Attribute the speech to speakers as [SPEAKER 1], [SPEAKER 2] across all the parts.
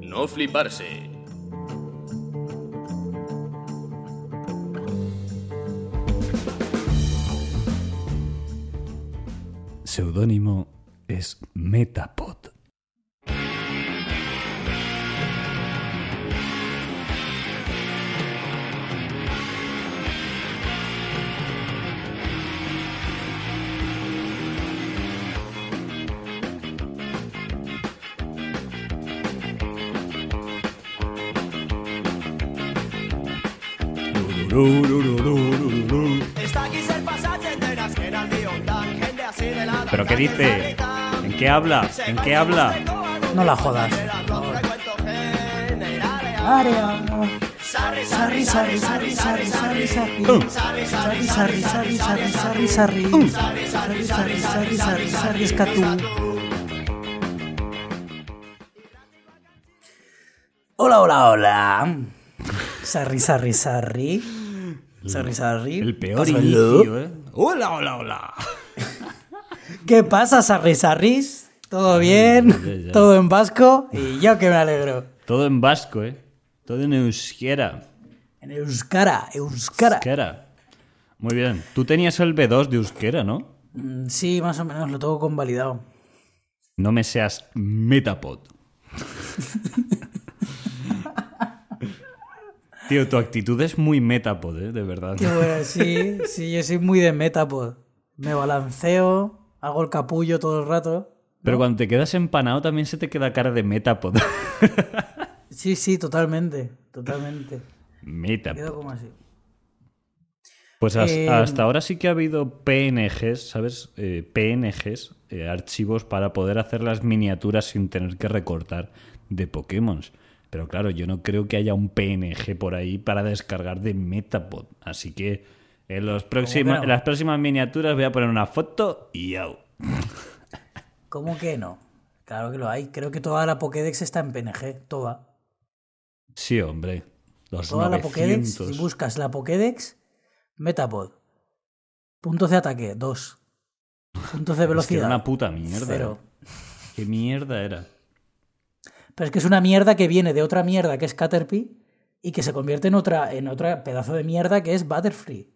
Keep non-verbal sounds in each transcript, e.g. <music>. [SPEAKER 1] no fliparse.
[SPEAKER 2] Seudónimo es Metapod.
[SPEAKER 3] ¿Pero qué dice? ¿En qué habla? ¿En qué habla?
[SPEAKER 4] No la jodas. Área. Sarri, sarri, sarri, sarri, sarri, sarri. Sarri, sarri, sarri, sarri, sarri, sarri. Sarri, sarri, sarri, sarri, sarri, escatú. Hola, hola, hola. Sarri, sarri, sarri. Sarri, sarri.
[SPEAKER 2] El peor
[SPEAKER 4] Pásalo.
[SPEAKER 2] inicio, ¿eh? ¡Hola, hola, hola!
[SPEAKER 4] ¿Qué pasa, Sarri Sarris? ¿Todo bien?
[SPEAKER 2] ya.
[SPEAKER 4] ¿Todo en vasco? Y yo que me alegro.
[SPEAKER 2] Todo en vasco, ¿eh? Todo en euskera.
[SPEAKER 4] En euskara, euskara.
[SPEAKER 2] Euskera. Muy bien. Tú tenías el B2 de euskera, ¿no?
[SPEAKER 4] Mm, Sí, más o menos lo tengo convalidado.
[SPEAKER 2] No me seas <laughs> Metapod. Tío, tu actitud es muy Metapod, ¿eh? De verdad.
[SPEAKER 4] Qué bueno, sí, sí, yo soy muy de Metapod. Me balanceo, hago el capullo todo el rato.
[SPEAKER 2] Pero cuando te quedas empanado también se te queda cara de Metapod. <laughs>
[SPEAKER 4] Sí, sí, totalmente, totalmente.
[SPEAKER 2] Metapod.
[SPEAKER 4] Quedo como así.
[SPEAKER 2] Pues has-
[SPEAKER 4] Eh,
[SPEAKER 2] hasta ahora sí que ha habido PNGs, ¿sabes? Eh, PNGs, eh, archivos para poder hacer las miniaturas sin tener que recortar de Pokémon. Pero claro, yo no creo que haya un PNG por ahí para descargar de Metapod. Así que en, los próxima-
[SPEAKER 4] no?
[SPEAKER 2] en las próximas miniaturas voy a poner una foto y ¡yau!
[SPEAKER 4] ¿Cómo que no? Claro que lo hay. Creo que toda la Pokédex está en PNG, toda.
[SPEAKER 2] Sí, hombre. Los
[SPEAKER 4] Toda la Pokédex,
[SPEAKER 2] 900.
[SPEAKER 4] si buscas la Pokédex, Metapod. Puntos de ataque, 2. Puntos de
[SPEAKER 2] Es que era
[SPEAKER 4] velocidad,
[SPEAKER 2] una puta mierda. eh.
[SPEAKER 4] cero.
[SPEAKER 2] ¿Qué mierda era?
[SPEAKER 4] Pero es que es una mierda que viene de otra mierda que es Caterpie y que se convierte en otra, en otra pedazo de mierda que es Butterfree.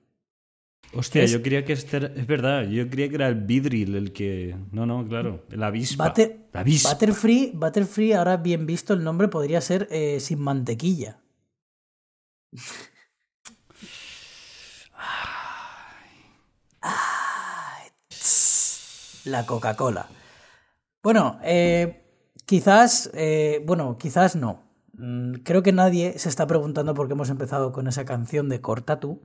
[SPEAKER 2] Hostia,
[SPEAKER 4] Es-
[SPEAKER 2] yo creía que este era- Es verdad, yo creía que era el vidril el que... No, no, claro, el avispa.
[SPEAKER 4] Butter-
[SPEAKER 2] la avispa.
[SPEAKER 4] Butterfree, Butterfree, ahora bien visto el nombre, podría ser eh, sin mantequilla. Ay, tss, La Coca-Cola. Bueno, eh, quizás, eh, bueno, quizás no. Mm, Creo que nadie se está preguntando por qué hemos empezado con esa canción de Corta tú,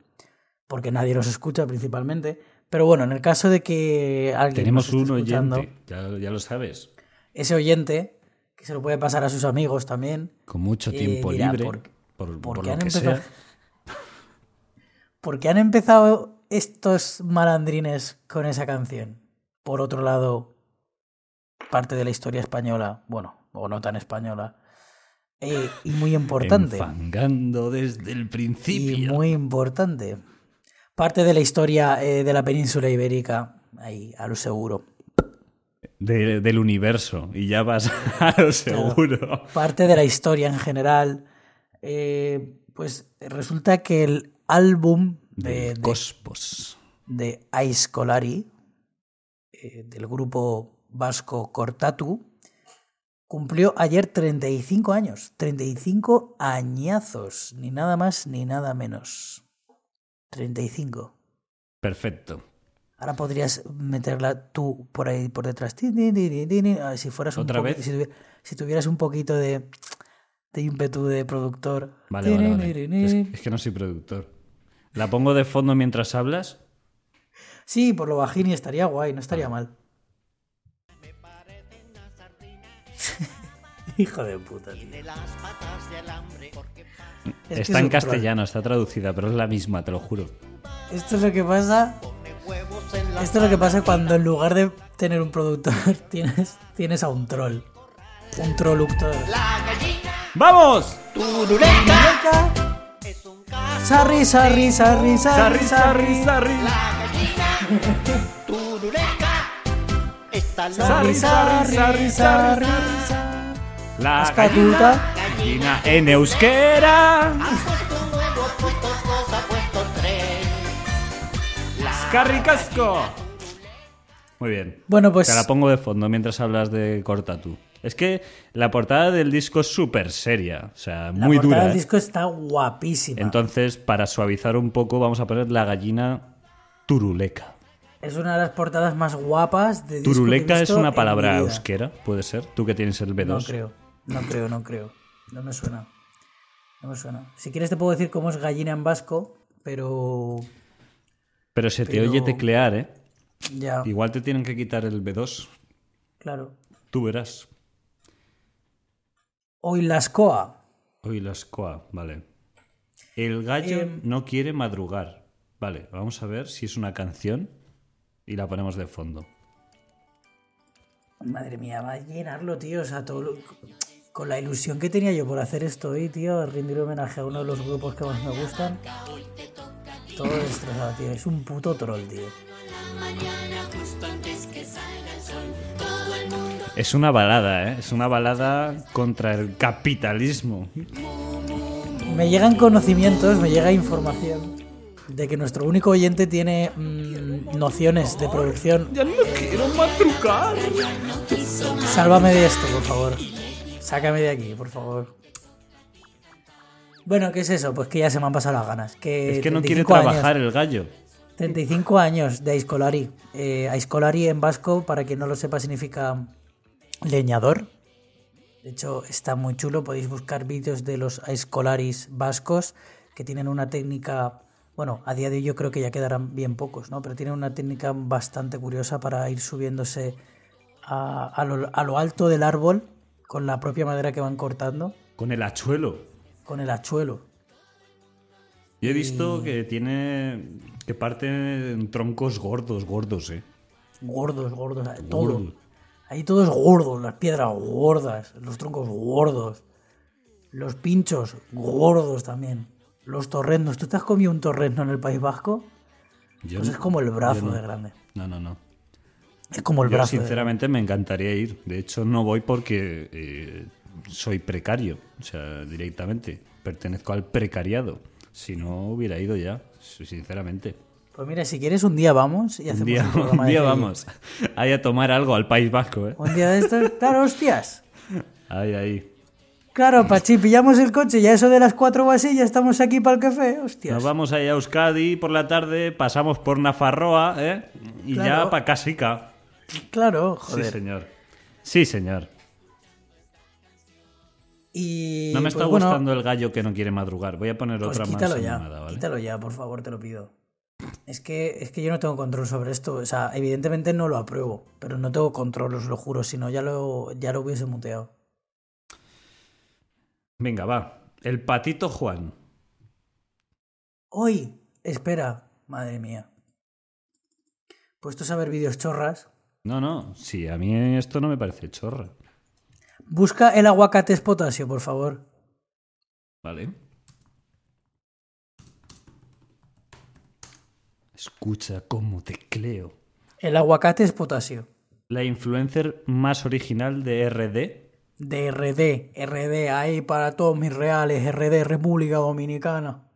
[SPEAKER 4] porque nadie nos escucha principalmente. Pero bueno, en el caso de que alguien
[SPEAKER 2] Tenemos
[SPEAKER 4] nos esté
[SPEAKER 2] un oyente,
[SPEAKER 4] escuchando,
[SPEAKER 2] ya, ya lo sabes.
[SPEAKER 4] ese oyente que se lo puede pasar a sus amigos también,
[SPEAKER 2] Con mucho
[SPEAKER 4] Eh,
[SPEAKER 2] tiempo
[SPEAKER 4] mira,
[SPEAKER 2] libre,
[SPEAKER 4] por-
[SPEAKER 2] por,
[SPEAKER 4] porque
[SPEAKER 2] por lo
[SPEAKER 4] han
[SPEAKER 2] que
[SPEAKER 4] empezado-
[SPEAKER 2] sea.
[SPEAKER 4] porque han empezado estos malandrines con esa canción. Por otro lado, parte de la historia española, bueno, o no tan española, eh, y muy importante.
[SPEAKER 2] Enfangando desde el
[SPEAKER 4] Y
[SPEAKER 2] principio.
[SPEAKER 4] muy importante. Parte de la historia eh, de la península ibérica, ahí, a lo seguro.
[SPEAKER 2] de- del universo. Y ya vas <laughs> a lo seguro.
[SPEAKER 4] Parte de la historia en general. Eh, pues resulta que el álbum de,
[SPEAKER 2] Del
[SPEAKER 4] de,
[SPEAKER 2] Cosmos.
[SPEAKER 4] de Ice Colari, eh, del grupo vasco Cortatu, cumplió ayer 35 años. 35 añazos, ni nada más ni nada menos. 35.
[SPEAKER 2] Perfecto.
[SPEAKER 4] Ahora podrías meterla tú por ahí por detrás. Tin, tin, tin, tin, tin, tin. Ah, Si fueras un
[SPEAKER 2] ¿Otra
[SPEAKER 4] poqui-
[SPEAKER 2] vez?
[SPEAKER 4] Si, tuvi- si tuvieras un poquito de, de ímpetu de productor.
[SPEAKER 2] Vale, vale, vale. Es, es que no soy productor. ¿La pongo de fondo mientras hablas?
[SPEAKER 4] Sí, por lo bajín y estaría guay, no estaría mal. <laughs> Hijo de puta, tío. Es que
[SPEAKER 2] está en
[SPEAKER 4] es un troll.
[SPEAKER 2] castellano, está traducida, pero es la misma, te lo juro.
[SPEAKER 4] Esto es lo que pasa. Esto es lo que pasa cuando en lugar de tener un productor <laughs> tienes, tienes a un troll. Un trolluctor.
[SPEAKER 2] ¡Vamos!
[SPEAKER 4] Sarri, sarri, sarri, sarri, sarri.
[SPEAKER 5] Está
[SPEAKER 4] Sarri, sarri, sarri, sarri.
[SPEAKER 2] La
[SPEAKER 4] Escatuta.
[SPEAKER 2] esquina en euskera.
[SPEAKER 1] Has puesto un huevo, has puesto dos, has puesto tres.
[SPEAKER 2] ¡Carricasco! Muy bien.
[SPEAKER 4] Bueno, pues-
[SPEAKER 2] Te la pongo de fondo mientras hablas de Corta tú. Es que la portada del disco es súper seria, o sea,
[SPEAKER 4] La
[SPEAKER 2] muy
[SPEAKER 4] portada
[SPEAKER 2] dura.
[SPEAKER 4] del
[SPEAKER 2] ¿eh?
[SPEAKER 4] disco está guapísima.
[SPEAKER 2] Entonces, para suavizar un poco, vamos a poner la gallina turuleca.
[SPEAKER 4] es una de las portadas más guapas de disco que he
[SPEAKER 2] Turuleca es
[SPEAKER 4] visto
[SPEAKER 2] una
[SPEAKER 4] en
[SPEAKER 2] palabra
[SPEAKER 4] mi vida.
[SPEAKER 2] euskera, puede ser. Tú que tienes el B2.
[SPEAKER 4] No creo, no creo, no creo. No me suena. No me suena. Si quieres te puedo decir cómo es gallina en vasco, pero
[SPEAKER 2] Pero se te
[SPEAKER 4] Pero- Ah.
[SPEAKER 2] oye teclear, ¿eh?
[SPEAKER 4] ya,
[SPEAKER 2] Igual te tienen que quitar el B2.
[SPEAKER 4] claro.
[SPEAKER 2] Tú verás.
[SPEAKER 4] Hoy las coa.
[SPEAKER 2] Hoy las coa, vale. El gallo
[SPEAKER 4] Em.
[SPEAKER 2] no quiere madrugar. Vale, vamos a ver si es una canción y la ponemos de fondo.
[SPEAKER 4] Madre mía, va a llenarlo, tío. O sea, todo lo- con la ilusión que tenía yo por hacer esto hoy, tío, rendir homenaje a uno de los grupos que más me gustan. Todo destrozado, tío. Es un puto troll, tío.
[SPEAKER 2] Es una balada, ¿eh? Es una balada contra el capitalismo.
[SPEAKER 4] Eh, Me llegan conocimientos, me llega información de que nuestro único oyente tiene mm, nociones de producción. Ya no quiero matrucar. Sálvame de esto, por favor. Sácame de aquí, por favor. Bueno, ¿qué es eso? Pues que ya se me han pasado las ganas. Que
[SPEAKER 2] Es que no quiere
[SPEAKER 4] 35 años-
[SPEAKER 2] trabajar el gallo.
[SPEAKER 4] 35 años de Aizkolari. Eh, Aizkolari en vasco, para quien no lo sepa, significa leñador. De hecho, está muy chulo. Podéis buscar vídeos de los Aizkolaris vascos que tienen una técnica. Bueno, a día de hoy yo creo que ya quedarán bien pocos, ¿no? Pero tienen una técnica bastante curiosa para ir subiéndose a, a lo, a lo alto del árbol con la propia madera que van cortando,
[SPEAKER 2] Con el hachuelo.
[SPEAKER 4] con el hachuelo.
[SPEAKER 2] Yo he visto que tiene. que parte en troncos gordos, gordos, ¿eh?
[SPEAKER 4] Gordos, gordos, todo.
[SPEAKER 2] Gordo.
[SPEAKER 4] Ahí todo es gordo, las piedras gordas, los troncos gordos, los pinchos gordos también, los torreznos. ¿Tú te has comido un torrezno en el País Vasco?
[SPEAKER 2] Yo
[SPEAKER 4] Pues
[SPEAKER 2] no-
[SPEAKER 4] es como el brazo
[SPEAKER 2] yo no.
[SPEAKER 4] de grande.
[SPEAKER 2] No, no, no.
[SPEAKER 4] Es como el
[SPEAKER 2] Yo,
[SPEAKER 4] brazo. ¿eh? de-
[SPEAKER 2] sinceramente, me encantaría ir. De hecho, no voy porque eh, soy precario. O sea, directamente. Pertenezco al precariado. Si no, hubiera ido ya. Sinceramente.
[SPEAKER 4] Pues mira, si quieres un día vamos y
[SPEAKER 2] Un
[SPEAKER 4] hacemos un,
[SPEAKER 2] día, <laughs>
[SPEAKER 4] programa
[SPEAKER 2] un
[SPEAKER 4] de
[SPEAKER 2] día
[SPEAKER 4] aquello.
[SPEAKER 2] vamos. Ahí a tomar algo al País Vasco, ¿eh?
[SPEAKER 4] Un día de estos, claro, hostias.
[SPEAKER 2] Ahí, ahí.
[SPEAKER 4] Claro, Pachi, pillamos el coche, ya eso de las cuatro o así, ya estamos aquí para el café, hostias.
[SPEAKER 2] Nos vamos ahí a Euskadi por la tarde, pasamos por Nafarroa, ¿eh? Y
[SPEAKER 4] Claro.
[SPEAKER 2] ya para Casica.
[SPEAKER 4] Claro,
[SPEAKER 2] Sí,
[SPEAKER 4] joder.
[SPEAKER 2] señor. Sí, señor.
[SPEAKER 4] Y
[SPEAKER 2] No me
[SPEAKER 4] pues
[SPEAKER 2] está
[SPEAKER 4] bueno,
[SPEAKER 2] gustando el gallo que no quiere madrugar. Voy a poner
[SPEAKER 4] Pues
[SPEAKER 2] otra
[SPEAKER 4] quítalo
[SPEAKER 2] más
[SPEAKER 4] ya,
[SPEAKER 2] animada, ¿vale?
[SPEAKER 4] quítalo ya, por favor, te lo pido. Es que, es que yo no tengo control sobre esto. O sea, evidentemente no lo apruebo, pero no tengo control, os lo juro. Si no, ya lo, ya lo hubiese muteado.
[SPEAKER 2] Venga, va. El patito Juan.
[SPEAKER 4] Hoy, espera, madre mía. Puestos a ver vídeos chorras,
[SPEAKER 2] No, no, sí, a mí esto no me parece chorra.
[SPEAKER 4] busca el aguacate es potasio, por favor.
[SPEAKER 2] ¿Vale? Escucha cómo tecleo.
[SPEAKER 4] El aguacate es potasio.
[SPEAKER 2] La influencer más original de RD.
[SPEAKER 4] De RD, RD, ahí para todos mis reales, RD, República Dominicana.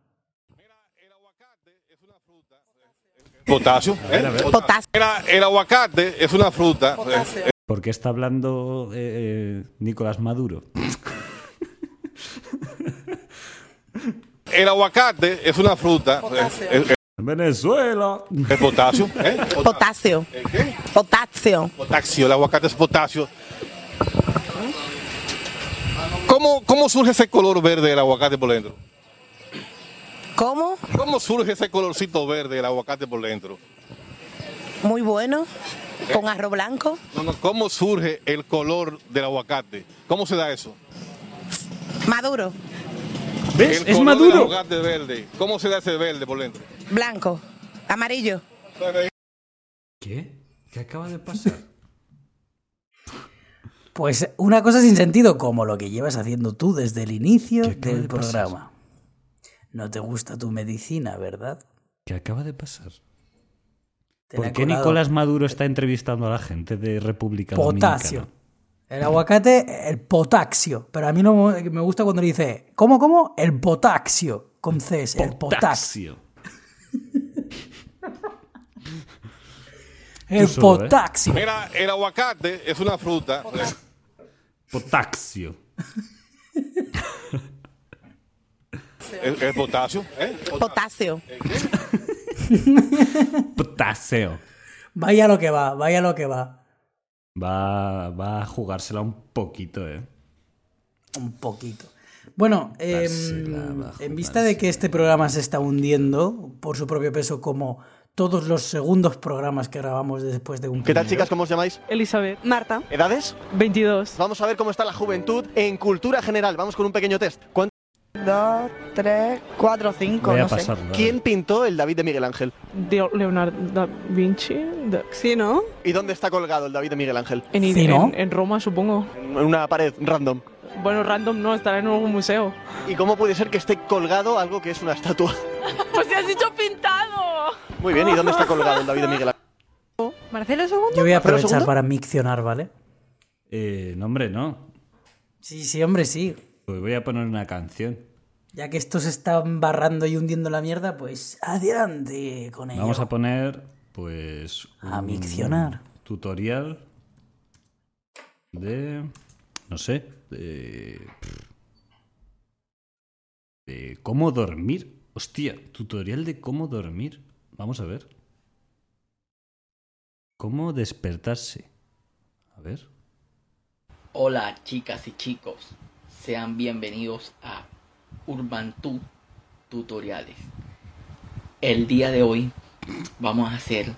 [SPEAKER 5] Potasio. ¿eh?
[SPEAKER 1] Potasio.
[SPEAKER 5] Era- el aguacate es una fruta. Eh,
[SPEAKER 2] ¿Por qué está hablando eh, eh, Nicolás Maduro?
[SPEAKER 5] El aguacate es una fruta. Eh, eh,
[SPEAKER 2] <laughs> ¡Venezuela!
[SPEAKER 5] Es potasio. ¿eh?
[SPEAKER 1] Potasio.
[SPEAKER 5] ¿Qué?
[SPEAKER 1] Potasio.
[SPEAKER 5] Potasio, el aguacate es potasio. ¿Cómo, ¿Cómo surge ese color verde del aguacate por dentro?
[SPEAKER 1] ¿Cómo?
[SPEAKER 5] ¿Cómo surge ese colorcito verde del aguacate por dentro?
[SPEAKER 1] Muy bueno. Con arroz blanco.
[SPEAKER 5] No, no, ¿Cómo surge el color del aguacate? ¿Cómo se da eso?
[SPEAKER 1] Maduro.
[SPEAKER 2] ¿Ves?
[SPEAKER 5] El
[SPEAKER 2] ¡Es
[SPEAKER 5] color Del
[SPEAKER 2] Maduro!
[SPEAKER 5] aguacate verde. ¿Cómo se da ese verde por dentro?
[SPEAKER 1] Blanco. Amarillo.
[SPEAKER 2] ¿Qué? ¿Qué acaba de pasar?
[SPEAKER 4] Pues una cosa sin sentido, como lo que llevas haciendo tú desde el inicio
[SPEAKER 2] ¿Qué acaba
[SPEAKER 4] del
[SPEAKER 2] de pasar?
[SPEAKER 4] programa. No te gusta tu medicina, ¿verdad?
[SPEAKER 2] <laughs> ¿Qué acaba de pasar?
[SPEAKER 4] Te la
[SPEAKER 2] ¿Por
[SPEAKER 4] he
[SPEAKER 2] qué
[SPEAKER 4] colado.
[SPEAKER 2] Nicolás Maduro está entrevistando a la gente de República
[SPEAKER 4] Potasio.
[SPEAKER 2] Dominicana?
[SPEAKER 4] El aguacate, el potaxio. Pero a mí no me gusta cuando le dice, ¿cómo, cómo? El potaxio. Con C, es el potaxio.
[SPEAKER 2] Potaxio.
[SPEAKER 4] El
[SPEAKER 2] Tú solo, ¿eh?
[SPEAKER 4] potaxio.
[SPEAKER 5] Mira, el aguacate es una fruta. ¿eh?
[SPEAKER 2] Potaxio.
[SPEAKER 5] El, el potasio, ¿eh?
[SPEAKER 1] Potasio.
[SPEAKER 2] Potaseo.
[SPEAKER 4] Vaya lo que va, vaya lo que va.
[SPEAKER 2] Va, va a jugársela un poquito, ¿eh?
[SPEAKER 4] Un poquito. Bueno, em,
[SPEAKER 2] Dársela abajo,
[SPEAKER 4] en vista de que este programa se está hundiendo por su propio peso como todos los segundos programas que grabamos después de un...
[SPEAKER 6] ¿Qué tal,
[SPEAKER 4] primero,
[SPEAKER 6] chicas? ¿Cómo os llamáis?
[SPEAKER 7] Elizabeth,
[SPEAKER 8] Marta,
[SPEAKER 6] ¿Edades?
[SPEAKER 7] 22.
[SPEAKER 6] Vamos a ver cómo está la juventud en cultura general. Vamos con un pequeño test. ¿Cuán-
[SPEAKER 8] 2, 3, 4, 5,
[SPEAKER 2] Voy a
[SPEAKER 8] no sé.
[SPEAKER 2] pasar.
[SPEAKER 6] ¿Quién pintó el David de Miguel Ángel?
[SPEAKER 7] de Leonardo da Vinci. de-
[SPEAKER 8] Sí, ¿no?
[SPEAKER 6] ¿Y dónde está colgado el David de Miguel Ángel?
[SPEAKER 7] en,
[SPEAKER 4] Sí, ¿no?
[SPEAKER 7] en- en Roma, supongo.
[SPEAKER 6] En una pared random.
[SPEAKER 7] Bueno, random no, estará en algún museo.
[SPEAKER 6] ¿Y cómo puede ser que esté colgado algo que es una estatua?
[SPEAKER 7] <laughs>
[SPEAKER 6] <laughs>
[SPEAKER 7] ¡Pues te has dicho pintado!
[SPEAKER 6] Muy bien, ¿y dónde está colgado el David de Miguel Ángel?
[SPEAKER 8] Marcelo II.
[SPEAKER 4] Yo voy a
[SPEAKER 6] ¿Pero
[SPEAKER 4] aprovechar
[SPEAKER 6] segundo?
[SPEAKER 4] para miccionar, ¿vale?
[SPEAKER 2] Eh, no, hombre, no.
[SPEAKER 4] Sí, sí, hombre, sí.
[SPEAKER 2] Pues voy a poner una canción.
[SPEAKER 4] Ya que esto se está barrando y hundiendo la mierda, pues adelante con ello.
[SPEAKER 2] Vamos a poner, pues.
[SPEAKER 4] A
[SPEAKER 2] un
[SPEAKER 4] miccionar.
[SPEAKER 2] Tutorial de. No sé. De. pff, de cómo dormir. Hostia, tutorial de cómo dormir. Vamos a ver. ¿Cómo despertarse? A ver.
[SPEAKER 9] Hola chicas y chicos, sean bienvenidos a Urbantu Tutoriales. El día de hoy vamos a hacer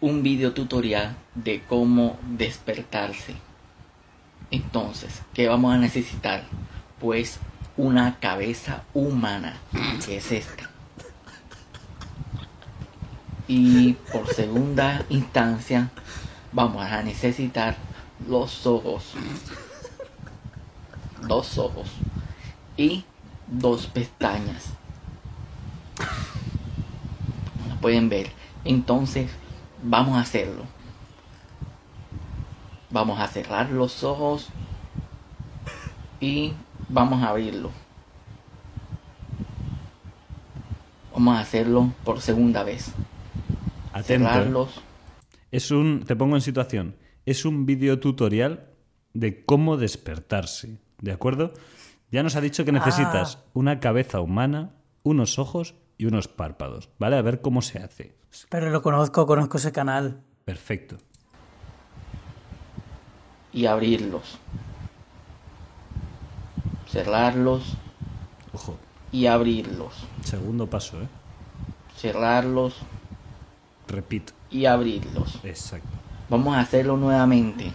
[SPEAKER 9] un video tutorial de cómo despertarse. Entonces, ¿qué vamos a necesitar? Pues una cabeza humana, que es esta. Y por segunda instancia, vamos a necesitar los ojos. Dos ojos. Y dos pestañas. Como pueden ver. Entonces, vamos a hacerlo. Vamos a cerrar los ojos. Y vamos a abrirlo. Vamos a hacerlo por segunda vez.
[SPEAKER 2] Atento. eh.
[SPEAKER 9] Cerrarlos.
[SPEAKER 2] Es un. Te pongo en situación. Es un video tutorial de cómo despertarse. ¿De acuerdo? Ya nos ha dicho que necesitas una cabeza humana, unos ojos y unos párpados. ¿Vale? A ver cómo se hace.
[SPEAKER 4] Pero lo conozco, conozco ese canal.
[SPEAKER 2] Perfecto.
[SPEAKER 9] y abrirlos. Cerrarlos
[SPEAKER 2] Ojo.
[SPEAKER 9] y abrirlos.
[SPEAKER 2] Segundo paso, ¿eh?
[SPEAKER 9] Cerrarlos
[SPEAKER 2] Repito.
[SPEAKER 9] y abrirlos.
[SPEAKER 2] Exacto.
[SPEAKER 9] Vamos a hacerlo nuevamente.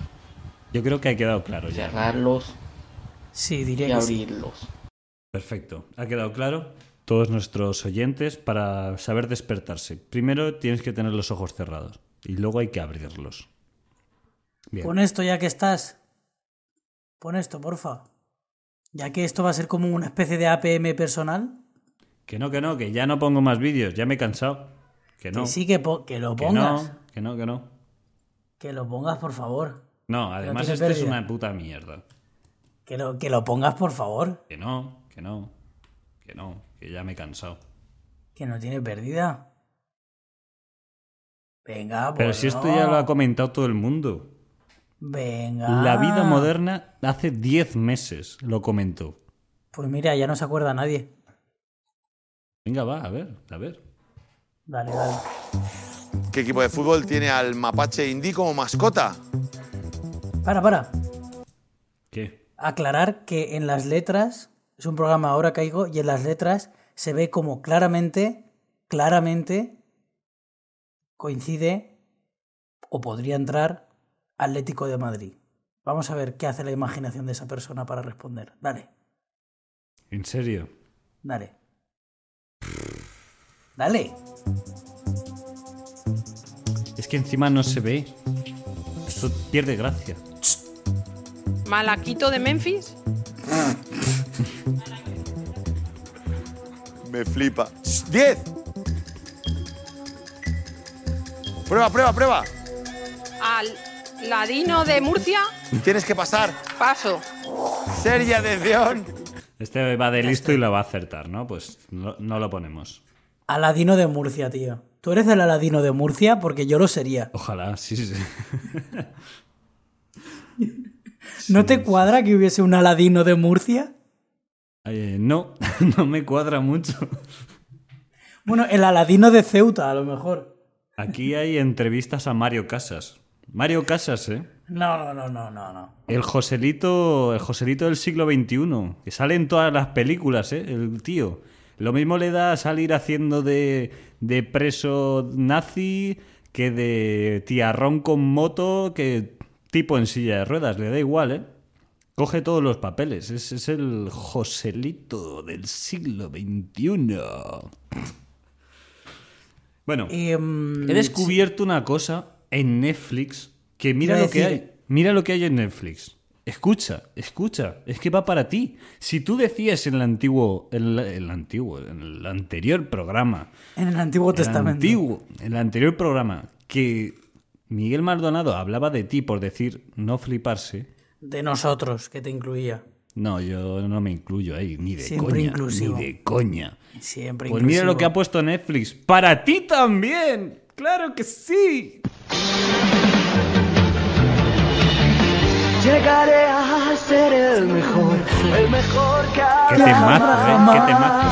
[SPEAKER 2] Yo creo que ha quedado claro ya.
[SPEAKER 9] Cerrarlos
[SPEAKER 4] Sí,
[SPEAKER 9] y
[SPEAKER 4] diría que sí.
[SPEAKER 9] abrirlos.
[SPEAKER 2] Perfecto. ¿Ha quedado claro? Todos nuestros oyentes para saber despertarse. Primero tienes que tener los ojos cerrados y luego hay que abrirlos. Bien.
[SPEAKER 4] Pon esto ya que estás. Pon esto, porfa. Ya que esto va a ser como una especie de APM personal.
[SPEAKER 2] Que no, que no, que ya no pongo más vídeos, ya me he cansado. Que no.
[SPEAKER 4] Que sí, que, po- que lo
[SPEAKER 2] que
[SPEAKER 4] pongas.
[SPEAKER 2] no, que no, que no.
[SPEAKER 4] Que lo pongas, por favor.
[SPEAKER 2] No, además
[SPEAKER 4] tiene
[SPEAKER 2] esto es
[SPEAKER 4] pérdida.
[SPEAKER 2] una puta mierda.
[SPEAKER 4] Que lo, que lo pongas, por favor.
[SPEAKER 2] Que no, que no, que no, que ya me he cansado.
[SPEAKER 4] Que no tiene pérdida. Venga,
[SPEAKER 2] Pero
[SPEAKER 4] pues
[SPEAKER 2] si esto
[SPEAKER 4] no.
[SPEAKER 2] ya lo ha comentado todo el mundo.
[SPEAKER 4] Venga.
[SPEAKER 2] La vida moderna hace 10 meses lo comentó.
[SPEAKER 4] Pues mira, ya no se acuerda nadie.
[SPEAKER 2] Venga, va, a ver, a ver.
[SPEAKER 4] Dale, dale.
[SPEAKER 10] ¿Qué equipo de fútbol tiene al mapache indí como mascota?
[SPEAKER 4] Para, para.
[SPEAKER 2] ¿Qué?
[SPEAKER 4] Aclarar que en las letras, es un programa ahora caigo, y en las letras se ve como claramente, claramente coincide o podría entrar Atlético de Madrid. Vamos a ver qué hace la imaginación de esa persona para responder. Dale,
[SPEAKER 2] ¿En serio?
[SPEAKER 4] dale. Dale.
[SPEAKER 2] Es que encima no se ve. Esto pierde gracia.
[SPEAKER 7] ¿Malaquito de Memphis?
[SPEAKER 10] Me flipa. ¡Diez! Prueba, prueba, prueba.
[SPEAKER 7] Al
[SPEAKER 11] Ladino de Murcia,
[SPEAKER 10] Tienes que pasar.
[SPEAKER 11] paso.
[SPEAKER 10] Seria atención.
[SPEAKER 2] Este va de listo y lo va a acertar, ¿no? Pues no, no lo ponemos.
[SPEAKER 4] Aladino de Murcia, tío. ¿Tú eres el Aladino de Murcia? Porque yo lo sería.
[SPEAKER 2] Ojalá, sí, sí. sí.
[SPEAKER 4] ¿No te cuadra que hubiese un Aladino de Murcia?
[SPEAKER 2] Eh, no, <laughs> no me cuadra mucho.
[SPEAKER 4] Bueno, el Aladino de Ceuta, a lo mejor.
[SPEAKER 2] Aquí hay entrevistas a Mario Casas. Mario Casas, ¿eh?
[SPEAKER 4] No, no, no, no, no, no.
[SPEAKER 2] El Joselito, el Joselito del siglo XXI, que sale en todas las películas, ¿eh? El tío. Lo mismo le da salir haciendo de, de preso nazi que de tiarrón con moto que tipo en silla de ruedas. Le da igual, ¿eh? Coge todos los papeles. Es, es el Joselito del siglo XXI. Bueno,
[SPEAKER 4] mm,
[SPEAKER 2] he descubierto una cosa en Netflix que mira
[SPEAKER 4] Iba a
[SPEAKER 2] lo que
[SPEAKER 4] decir-
[SPEAKER 2] hay. Mira lo que hay en Netflix. Escucha, escucha, es que va para ti. Si tú decías en el antiguo, en la- el antiguo, en el anterior programa,
[SPEAKER 4] En el Antiguo
[SPEAKER 2] el
[SPEAKER 4] Testamento.
[SPEAKER 2] antiguo, en el anterior programa, que Miguel Maldonado hablaba de ti por decir no fliparse,
[SPEAKER 4] De nosotros, que te incluía.
[SPEAKER 2] no, yo no me incluyo ahí, ni de
[SPEAKER 4] Siempre
[SPEAKER 2] coña,
[SPEAKER 4] inclusivo.
[SPEAKER 2] ni de coña.
[SPEAKER 4] Siempre
[SPEAKER 2] Pues mira lo que ha
[SPEAKER 4] inclusivo.
[SPEAKER 2] puesto Netflix. Para ti también. Claro que sí.
[SPEAKER 3] Llegaré a ser el mejor, el mejor que
[SPEAKER 2] Qué
[SPEAKER 3] habrá
[SPEAKER 2] temazo, ¿eh? Qué temazo.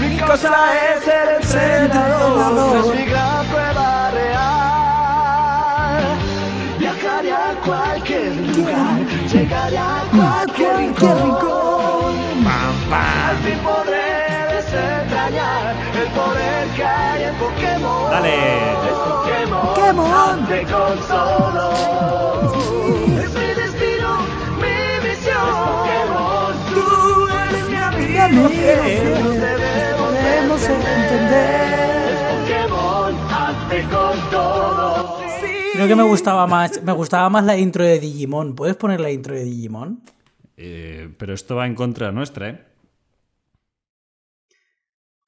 [SPEAKER 3] Mi cosa es ser emprendedor, es mi gran prueba real. Viajaré a cualquier lugar, llegaré a cualquier rincón. Al fin podré desentrañar el poder que hay en Pokémon.
[SPEAKER 2] Dale.
[SPEAKER 3] Pokémon te consolo. Es mi destino, mi misión. Pokémon, tú eres mi amigo. Nos debemos entender. Es Pokémon, hazte con todo.
[SPEAKER 4] Creo que me gustaba más, me gustaba más la intro de Digimon. ¿Puedes poner la intro de Digimon?
[SPEAKER 2] Eh, pero esto va en contra nuestra, ¿eh?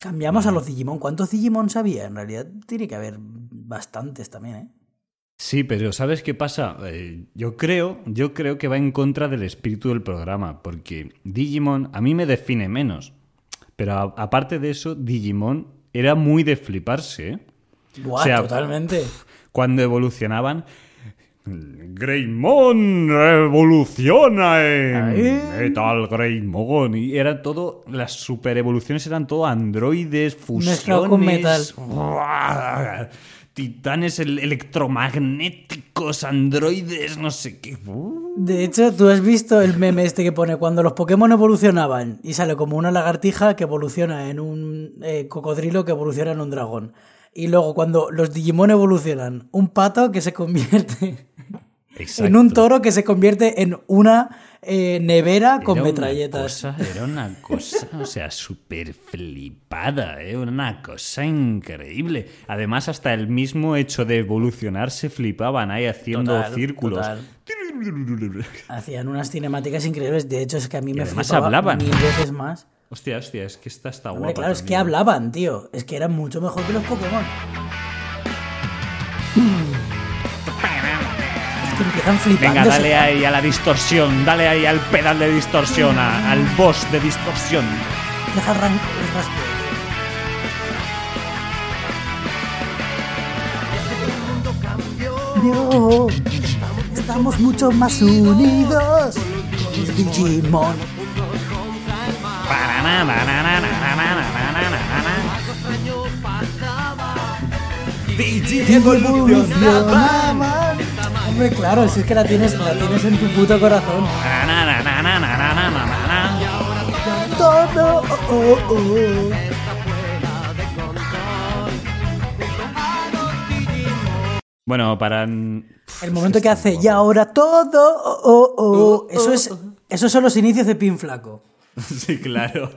[SPEAKER 4] Cambiamos a los Digimon. ¿Cuántos Digimon había? En realidad tiene que haber bastantes también, ¿eh?
[SPEAKER 2] Sí, pero ¿sabes qué pasa? Eh, yo creo, yo creo que va en contra del espíritu del programa, porque Digimon a mí me define menos. Pero a- aparte de eso, Digimon era muy de fliparse, ¿eh?
[SPEAKER 4] Buah,
[SPEAKER 2] O sea,
[SPEAKER 4] totalmente.
[SPEAKER 2] Cuando evolucionaban, Greymon evoluciona en
[SPEAKER 4] Ahí.
[SPEAKER 2] Metal Greymon. Y era todo, las super evoluciones eran todo androides,
[SPEAKER 4] Mezclado con metal.
[SPEAKER 2] fusiones, ¡buah! titanes el- electromagnéticos, androides, no sé qué. ¡Uh! ¡buah!
[SPEAKER 4] De hecho, tú has visto el meme este que pone cuando los Pokémon evolucionaban y sale como una lagartija que evoluciona en un eh, cocodrilo que evoluciona en un dragón. Y luego cuando los Digimon evolucionan, un pato que se convierte <laughs> en un toro que se convierte en una eh, nevera con
[SPEAKER 2] Era una
[SPEAKER 4] metralletas.
[SPEAKER 2] cosa- era una cosa, o sea, súper flipada, ¿eh? una cosa increíble. Además, hasta el mismo hecho de evolucionar se flipaban ahí haciendo
[SPEAKER 4] Total,
[SPEAKER 2] círculos.
[SPEAKER 4] total. Hacían unas cinemáticas increíbles. De hecho, es que a mí me
[SPEAKER 2] además
[SPEAKER 4] flipaba
[SPEAKER 2] hablaban.
[SPEAKER 4] mil veces más.
[SPEAKER 2] Hostia, hostia, es que esta está
[SPEAKER 4] Hombre,
[SPEAKER 2] guapa.
[SPEAKER 4] claro, es que
[SPEAKER 2] también.
[SPEAKER 4] hablaban, tío. Es que eran mucho mejor que los Pokémon. Es que empiezan flipando.
[SPEAKER 2] Venga, dale ahí a la distorsión, dale ahí al pedal de distorsión, a- al boss de distorsión.
[SPEAKER 4] Deja el ran- el rasgo. Estamos mucho más unidos. Los Digimon. Digievolucionaban. Hombre, claro, si es que la tienes, la tienes en tu puto corazón. Todo. oh, oh, oh.
[SPEAKER 2] Bueno, para...
[SPEAKER 4] El momento que hace, y ahora todo. oh, oh, oh. Eso, es, esos son los inicios de Pin Flaco.
[SPEAKER 2] <laughs> Sí, claro.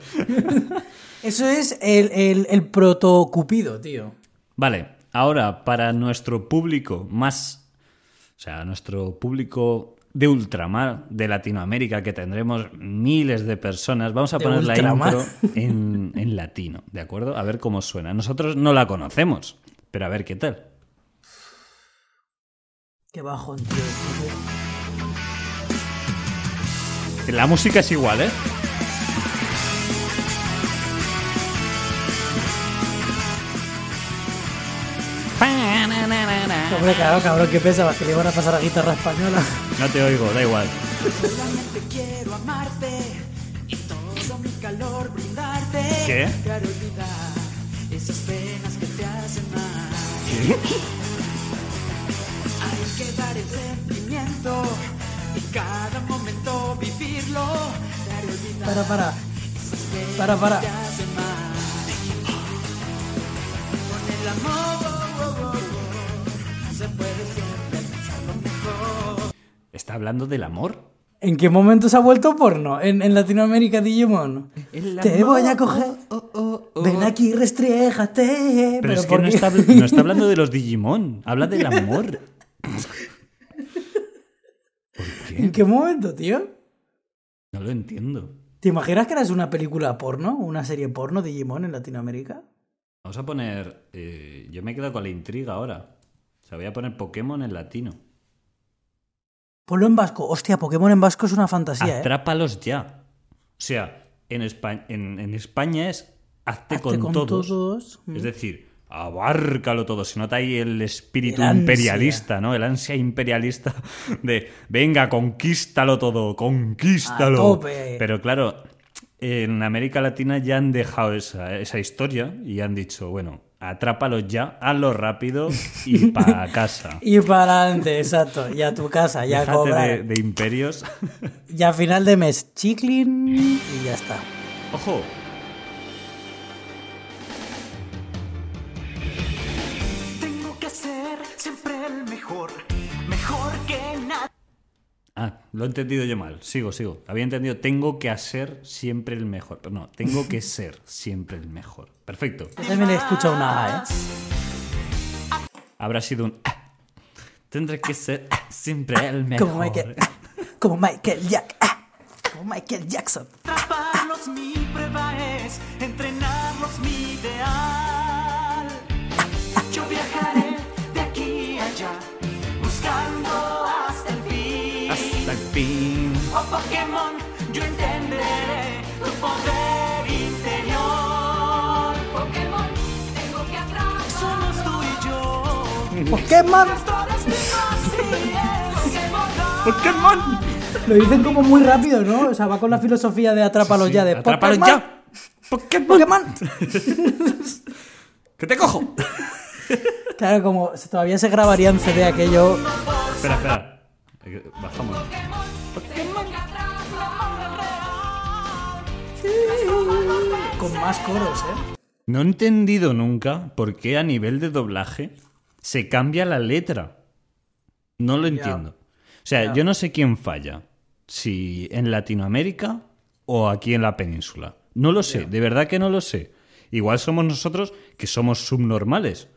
[SPEAKER 4] Eso es el, el, el protocupido, tío.
[SPEAKER 2] Vale, ahora para nuestro público más, o sea, nuestro público de ultramar de Latinoamérica, que tendremos miles de personas, vamos a
[SPEAKER 4] ¿De
[SPEAKER 2] poner la
[SPEAKER 4] ultramar?
[SPEAKER 2] intro <laughs> en, en latino, ¿de acuerdo? A ver cómo suena. Nosotros no la conocemos, pero a ver qué tal.
[SPEAKER 4] Qué bajón, tío.
[SPEAKER 2] La música es igual, ¿eh?
[SPEAKER 4] Hombre, claro, cabrón, qué pensabas que le iban a pasar a guitarra española. <laughs>
[SPEAKER 2] No te oigo, da igual.
[SPEAKER 11] Solamente quiero amarte y todo mi calor brindarte.
[SPEAKER 2] ¿Qué?
[SPEAKER 11] Quiero olvidar esas penas que te hacen mal. Hay que dar el sentimiento y cada momento vivirlo. Quiero olvidar
[SPEAKER 4] Para, para.
[SPEAKER 11] esas penas
[SPEAKER 4] Para, para.
[SPEAKER 11] que te hacen mal. Con el amor se puede siempre alcanzar lo mejor.
[SPEAKER 2] ¿Está hablando del amor?
[SPEAKER 4] ¿En qué momento se ha vuelto porno? En, en Latinoamérica, Digimon. Te voy a coger.
[SPEAKER 2] oh,
[SPEAKER 4] Ven aquí, restriéjate.
[SPEAKER 2] Pero, es que
[SPEAKER 4] ¿por
[SPEAKER 2] no
[SPEAKER 4] qué?
[SPEAKER 2] está, habl- no está hablando de los Digimon, habla del amor.
[SPEAKER 4] <laughs> ¿En qué momento, tío?
[SPEAKER 2] No lo entiendo.
[SPEAKER 4] ¿Te imaginas que eras una película porno? ¿Una serie porno Digimon en Latinoamérica?
[SPEAKER 2] Vamos a poner. eh, yo me he quedado con la intriga ahora. O sea, voy a poner Pokémon en latino.
[SPEAKER 4] Ponlo en vasco. Hostia, Pokémon en vasco es una fantasía, ¿eh?
[SPEAKER 2] Atrápalos ya. O sea, en España, en, en España es hazte,
[SPEAKER 4] Hazte
[SPEAKER 2] con,
[SPEAKER 4] con
[SPEAKER 2] todos.
[SPEAKER 4] todos, mm.
[SPEAKER 2] Es decir, abárcalo todo. Se nota ahí el espíritu
[SPEAKER 4] El ansia.
[SPEAKER 2] imperialista, ¿no? El ansia imperialista de venga, conquístalo todo, conquístalo.
[SPEAKER 4] A tope.
[SPEAKER 2] Pero claro, en América Latina ya han dejado esa, esa historia y han dicho, bueno, atrápalos ya, hazlo rápido
[SPEAKER 4] <laughs>
[SPEAKER 2] y para casa.
[SPEAKER 4] Y para adelante, exacto. Y a tu casa, ya
[SPEAKER 2] Déjate
[SPEAKER 4] cobrar.
[SPEAKER 2] de- de imperios.
[SPEAKER 4] Y a final de mes, chiclin y ya está.
[SPEAKER 2] Ojo,
[SPEAKER 11] Tengo que ser siempre el mejor, mejor que nada.
[SPEAKER 2] Ah, lo he entendido yo mal. Sigo, sigo. Había entendido, tengo que hacer siempre el mejor. Pero no, tengo
[SPEAKER 11] <laughs>
[SPEAKER 2] que ser siempre el mejor. Perfecto.
[SPEAKER 4] Yo también le escucho una A, ¿eh?
[SPEAKER 2] Habrá sido un... ah. Tendré que ser ah, siempre el mejor. <laughs>
[SPEAKER 4] Como Michael, <laughs> como Michael Jack, ah, como Michael Jackson.
[SPEAKER 11] Atraparlos mi prueba es, entrenarlos mi ideal. Yo viajaré de aquí a allá, buscando hasta el fin.
[SPEAKER 2] Hasta el fin.
[SPEAKER 11] Oh Pokémon, yo entenderé tu poder interior. Pokémon, tengo que atrapar. Somos tú y yo.
[SPEAKER 4] Pokémon,
[SPEAKER 11] Todas <laughs> mis Pokémon.
[SPEAKER 2] ¡Pokémon!
[SPEAKER 4] lo dicen como muy rápido, ¿no? O sea, va con la filosofía de atrápalos ya, de
[SPEAKER 2] ¡Atrápalo
[SPEAKER 4] Pokémon,
[SPEAKER 2] ya! ¡Pokémon!
[SPEAKER 4] Pokémon.
[SPEAKER 2] ¡Que te cojo!
[SPEAKER 4] Claro, como se- todavía se grabaría en CD aquello.
[SPEAKER 2] espera, espera. Eh, Bajamos.
[SPEAKER 4] Con más coros, ¿eh?
[SPEAKER 2] No he entendido nunca por qué a nivel de doblaje se cambia la letra. No lo entiendo. O sea, yo no sé quién falla. Si en Latinoamérica o aquí en la península. No lo sé, de verdad que no lo sé. Igual somos nosotros que somos subnormales.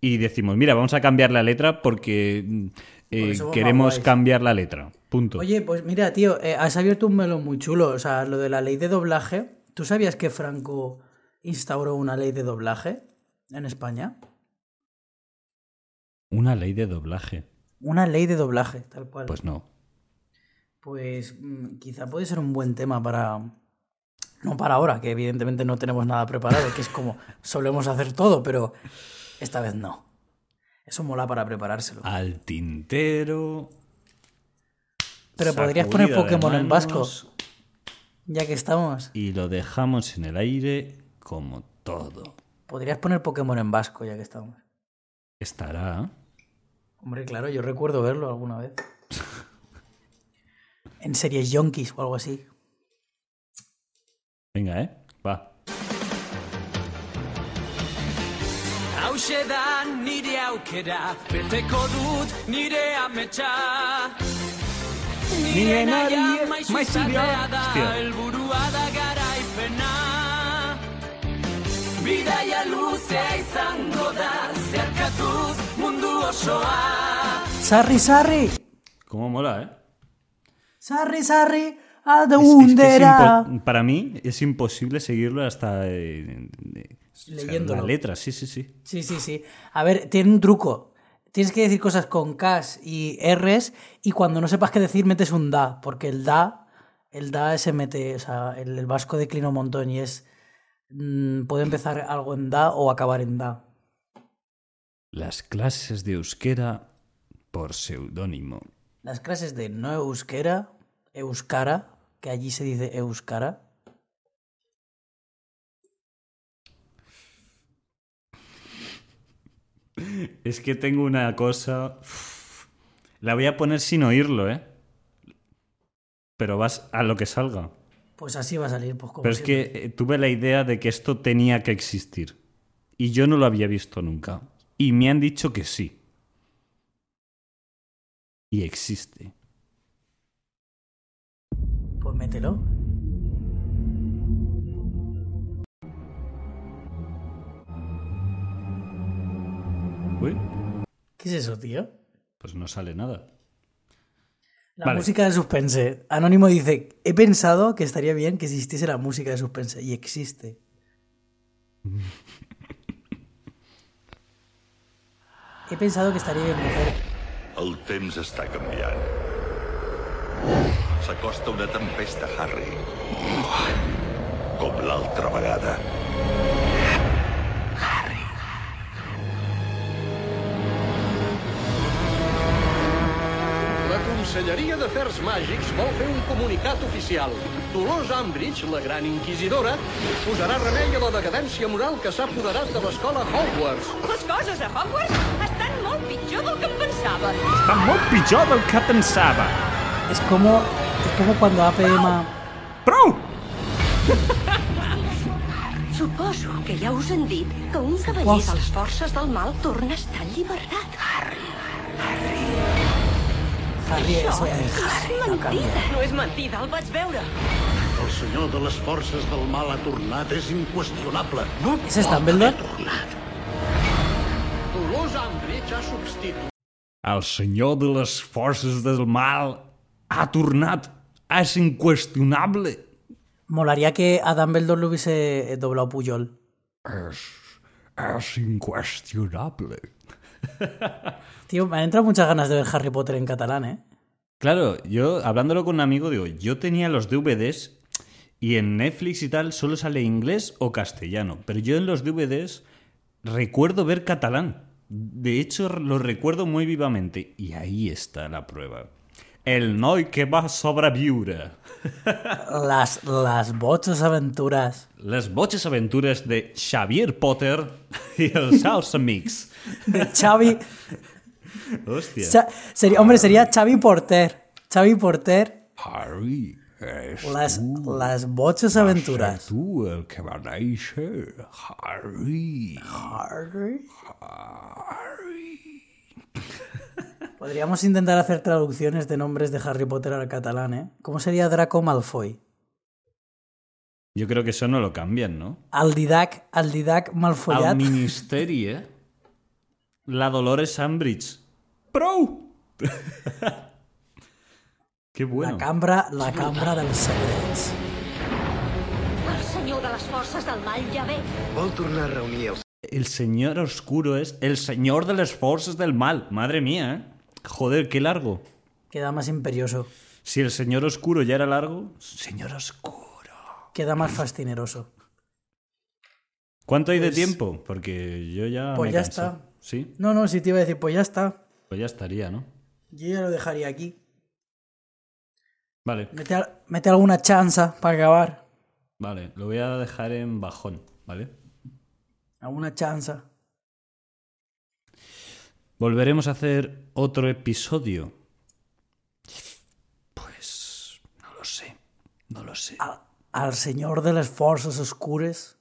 [SPEAKER 2] Y decimos, mira, vamos a cambiar la letra porque mm, eh,
[SPEAKER 4] somos más
[SPEAKER 2] queremos
[SPEAKER 4] guays".
[SPEAKER 2] cambiar la letra. Punto.
[SPEAKER 4] Oye, pues mira, tío, eh, has abierto un melón muy chulo. O sea, lo de la ley de doblaje. ¿Tú sabías que Franco instauró una ley de doblaje en España?
[SPEAKER 2] Una ley de doblaje.
[SPEAKER 4] Una ley de doblaje, tal cual.
[SPEAKER 2] Pues no.
[SPEAKER 4] Pues mm, quizá puede ser un buen tema para... No para ahora, que evidentemente no tenemos nada preparado, que es como solemos hacer todo, pero esta vez no. Eso mola para preparárselo.
[SPEAKER 2] Al tintero.
[SPEAKER 4] pero podrías poner
[SPEAKER 2] sacudida de
[SPEAKER 4] Pokémon en vasco,
[SPEAKER 2] manos.
[SPEAKER 4] ya que estamos.
[SPEAKER 2] y lo dejamos en el aire como todo.
[SPEAKER 4] Podrías poner Pokémon en vasco, ya que estamos.
[SPEAKER 2] Estará.
[SPEAKER 4] Hombre, claro, yo recuerdo verlo alguna
[SPEAKER 2] <laughs>
[SPEAKER 4] vez. En series Yonkis o algo así.
[SPEAKER 2] Venga, ¿eh? Va.
[SPEAKER 11] Hauxe da nire aukera, beteko dut nire ametsa. Nire nahi maizu izatea da,
[SPEAKER 2] Hostia.
[SPEAKER 11] helburua da garaipena. Bidaia luzea izango da, zeharkatuz mundu osoa.
[SPEAKER 4] ¡Sarri, sarri!
[SPEAKER 2] ¿Cómo mola, eh?
[SPEAKER 4] ¡Sarri, sarri! ¡A
[SPEAKER 2] Es- es que
[SPEAKER 4] de
[SPEAKER 2] es
[SPEAKER 4] hundera!
[SPEAKER 2] impo- para mí es imposible seguirlo hasta. eh, eh, o sea,
[SPEAKER 4] Leyéndolo.
[SPEAKER 2] La letra, sí, sí, sí.
[SPEAKER 4] Sí, sí, sí. A ver, tiene un truco. tienes que decir cosas con Ks y Rs y cuando no sepas qué decir metes un da, porque el da, el da se mete, o sea, el, el vasco declina un montón y es, mm, puede empezar algo en da o acabar en da.
[SPEAKER 2] Las clases de euskera por seudónimo.
[SPEAKER 4] Las clases de no euskera, euskara, que allí se dice euskara.
[SPEAKER 2] Es que tengo una cosa. Uf. La voy a poner sin oírlo, ¿eh? Pero vas a lo que salga.
[SPEAKER 4] Pues así va a salir, pues como
[SPEAKER 2] Pero es
[SPEAKER 4] siempre.
[SPEAKER 2] que eh, tuve la idea de que esto tenía que existir. Y yo no lo había visto nunca. Y me han dicho que sí. Y existe.
[SPEAKER 4] Pues mételo.
[SPEAKER 2] Uy,
[SPEAKER 4] ¿Qué es eso, tío?
[SPEAKER 2] pues no sale nada.
[SPEAKER 4] La
[SPEAKER 2] Vale.
[SPEAKER 4] música de suspense. Anónimo dice, he pensado que estaría bien que existiese la música de suspense. Y existe. he pensado que estaría bien mujer.
[SPEAKER 12] El temps està canviant. S'acosta una tempesta, Harry. Com l'altra vegada.
[SPEAKER 13] La Conselleria d'Afers Màgics vol fer un comunicat oficial. Dolors Umbridge, la gran inquisidora, posarà remei a la decadència moral que s'ha apoderat de l'escola Hogwarts.
[SPEAKER 1] Pues
[SPEAKER 14] Les coses a Hogwarts estan molt pitjor del que em pensava.
[SPEAKER 2] Está muy pitjor del que pensaba.
[SPEAKER 4] Es como, es como cuando APM...
[SPEAKER 2] ¡Pro!
[SPEAKER 14] Suposo que ja us han dit que un cavaller de les forces del mal torna a estar en llibertat.
[SPEAKER 4] Harry
[SPEAKER 14] Això
[SPEAKER 4] és-
[SPEAKER 14] és mentida. No és mentida, el vaig veure.
[SPEAKER 13] El senyor de les forces del mal ha tornat, és inqüestionable. No
[SPEAKER 4] ¿Es Dumbledore?
[SPEAKER 13] Dolors Umbridge ha substituït
[SPEAKER 2] El senyor de les forces del mal ha tornat. És inqüestionable.
[SPEAKER 4] Molaría que a Dumbledore lo hubiese eh, doblado Puyol.
[SPEAKER 2] És, és inqüestionable.
[SPEAKER 4] Tío, me han entrado muchas ganas de ver Harry Potter en catalán, ¿eh?
[SPEAKER 2] Claro, yo hablándolo con un amigo digo, yo tenía los DVDs y en Netflix y tal solo sale inglés o castellano, pero yo en los DVDs recuerdo ver catalán. De hecho, lo recuerdo muy vivamente y ahí está la prueba. El noi que va sobreviure.
[SPEAKER 4] Las, las bochas aventuras.
[SPEAKER 2] Les boches aventures de Xavier Potter <laughs> y el Salsa Mix.
[SPEAKER 4] De Xavi.
[SPEAKER 2] Hostia.
[SPEAKER 4] Xa- sería,
[SPEAKER 2] Ah,
[SPEAKER 4] hombre, sería Xavi Porter. Xavi Porter.
[SPEAKER 2] Harry, eh. eres
[SPEAKER 4] Las,
[SPEAKER 2] tú.
[SPEAKER 4] las bochas
[SPEAKER 2] Vas a ser
[SPEAKER 4] aventuras.
[SPEAKER 2] tú el que va a irse, Harry.
[SPEAKER 4] Harry. Podríamos intentar hacer traducciones de nombres de Harry Potter al catalán, ¿eh? ¿Cómo sería Draco Malfoy?
[SPEAKER 2] Yo creo que eso no lo cambian, ¿no?
[SPEAKER 4] Aldidac, Aldidac
[SPEAKER 2] Al
[SPEAKER 4] Malfoyat.
[SPEAKER 2] ministeri, eh? La Dolores Umbridge. ¡Pro! <laughs> Qué bueno.
[SPEAKER 4] La cambra, la cambra dels secrets.
[SPEAKER 14] El senyor de les forces del mal ja ve.
[SPEAKER 2] Vol tornar a reunir els... El señor oscuro es el señor de las fuerzas del mal. Madre mía, ¿eh? Joder, qué largo.
[SPEAKER 4] Queda más imperioso.
[SPEAKER 2] Si el señor oscuro ya era largo... Señor oscuro.
[SPEAKER 4] Queda más fascineroso.
[SPEAKER 2] ¿Cuánto hay de tiempo? Porque yo ya
[SPEAKER 4] Pues
[SPEAKER 2] me
[SPEAKER 4] ya
[SPEAKER 2] cansé.
[SPEAKER 4] está.
[SPEAKER 2] ¿Sí?
[SPEAKER 4] No, no, si te iba a decir, pues ya está.
[SPEAKER 2] Pues ya estaría, ¿no?
[SPEAKER 4] Yo ya lo dejaría aquí.
[SPEAKER 2] Vale,
[SPEAKER 4] Mete, al- mete alguna chanza para acabar.
[SPEAKER 2] vale. Lo voy a dejar en bajón, ¿vale?
[SPEAKER 4] Alguna chanza.
[SPEAKER 2] Volveremos a hacer otro episodio. Pues no lo sé, no lo sé.
[SPEAKER 4] Al señor de las fuerzas oscuras.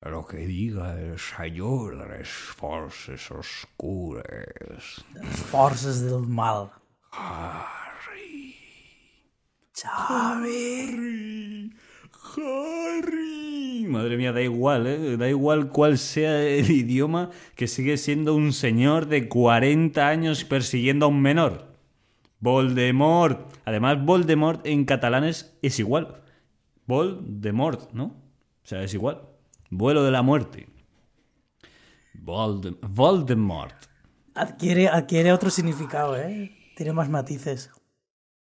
[SPEAKER 2] Lo que diga el señor de las fuerzas oscuras.
[SPEAKER 4] Fuerzas del mal.
[SPEAKER 2] Harry. Harry. Madre mía, da igual, ¿eh? Da igual cuál sea el idioma que sigue siendo un señor de 40 años persiguiendo a un menor. Voldemort. Además, Voldemort en catalán es, es igual. Voldemort, ¿no? O sea, es igual. Vuelo de la muerte. Voldem- Voldemort.
[SPEAKER 4] Adquiere, adquiere otro significado, ¿eh? Tiene más matices.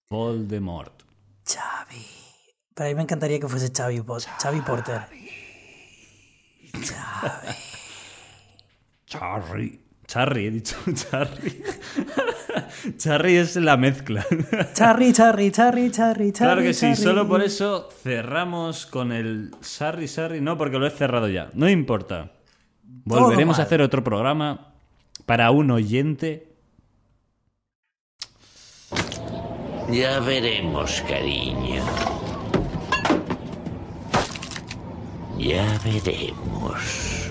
[SPEAKER 2] Voldemort.
[SPEAKER 4] Xavi. Para mí me encantaría que fuese Xavi, Po- Xavi Porter.
[SPEAKER 2] Charry. Charry, he dicho <laughs> Charry. Charry es la mezcla.
[SPEAKER 4] Charry, Charry, Charry, Charry, Charry.
[SPEAKER 2] Claro que sí,
[SPEAKER 4] Charry.
[SPEAKER 2] solo por eso cerramos con el Sarri Sarri. No, porque lo he cerrado ya. No importa.
[SPEAKER 4] Todo
[SPEAKER 2] Volveremos a
[SPEAKER 4] mal.
[SPEAKER 2] hacer otro programa para un oyente.
[SPEAKER 15] Ya veremos, cariño. Ya veremos.